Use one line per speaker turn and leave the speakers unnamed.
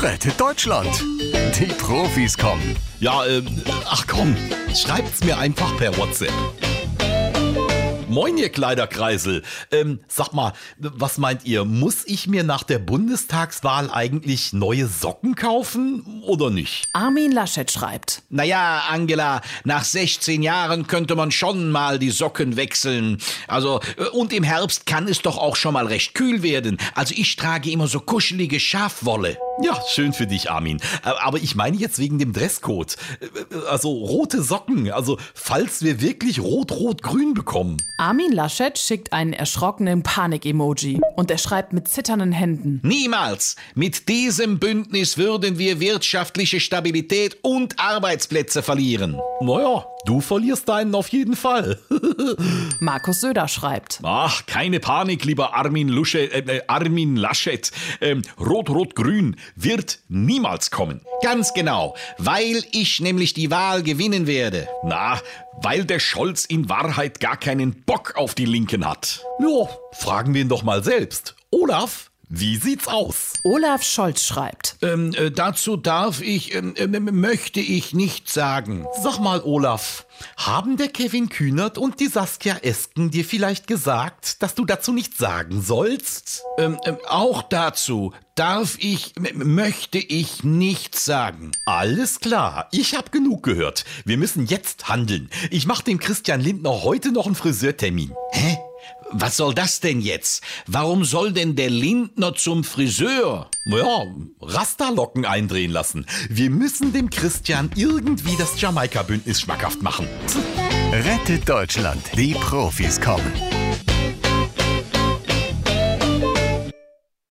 rettet Deutschland. Die Profis kommen.
Ja, ähm, ach komm, schreibt's mir einfach per WhatsApp. Moin, ihr Kleiderkreisel. Ähm, sag mal, was meint ihr? Muss ich mir nach der Bundestagswahl eigentlich neue Socken kaufen oder nicht?
Armin Laschet schreibt.
Naja, Angela, nach 16 Jahren könnte man schon mal die Socken wechseln. Also, äh, und im Herbst kann es doch auch schon mal recht kühl werden. Also ich trage immer so kuschelige Schafwolle.
Ja, schön für dich, Armin. Ä- Aber ich meine jetzt wegen dem Dresscode. Äh, Also rote Socken. Also falls wir wirklich rot-rot-grün bekommen.
Armin Laschet schickt einen erschrockenen Panik-Emoji und er schreibt mit zitternden Händen.
Niemals. Mit diesem Bündnis würden wir wirtschaftliche Stabilität und Arbeitsplätze verlieren.
Naja, du verlierst deinen auf jeden Fall.
Markus Söder schreibt.
Ach, keine Panik, lieber Armin, Lusche, äh, äh, Armin Laschet. Ähm, Rot-Rot-Grün wird niemals kommen.
Ganz genau, weil ich nämlich die Wahl gewinnen werde.
Na, weil der Scholz in Wahrheit gar keinen Bock auf die Linken hat. Ja, fragen wir ihn doch mal selbst. Olaf, wie sieht's aus?
Olaf Scholz schreibt.
Ähm, äh, dazu darf ich, ähm, ähm, möchte ich nichts sagen.
Sag mal, Olaf, haben der Kevin Kühnert und die Saskia Esken dir vielleicht gesagt, dass du dazu nichts sagen sollst?
Ähm, ähm, auch dazu darf ich, ähm, möchte ich nichts sagen.
Alles klar, ich habe genug gehört. Wir müssen jetzt handeln. Ich mache dem Christian Lindner heute noch einen Friseurtermin.
Hä? Was soll das denn jetzt? Warum soll denn der Lindner zum Friseur?
Ja, Rasterlocken eindrehen lassen. Wir müssen dem Christian irgendwie das Jamaika-Bündnis schmackhaft machen.
Rettet Deutschland. Die Profis kommen.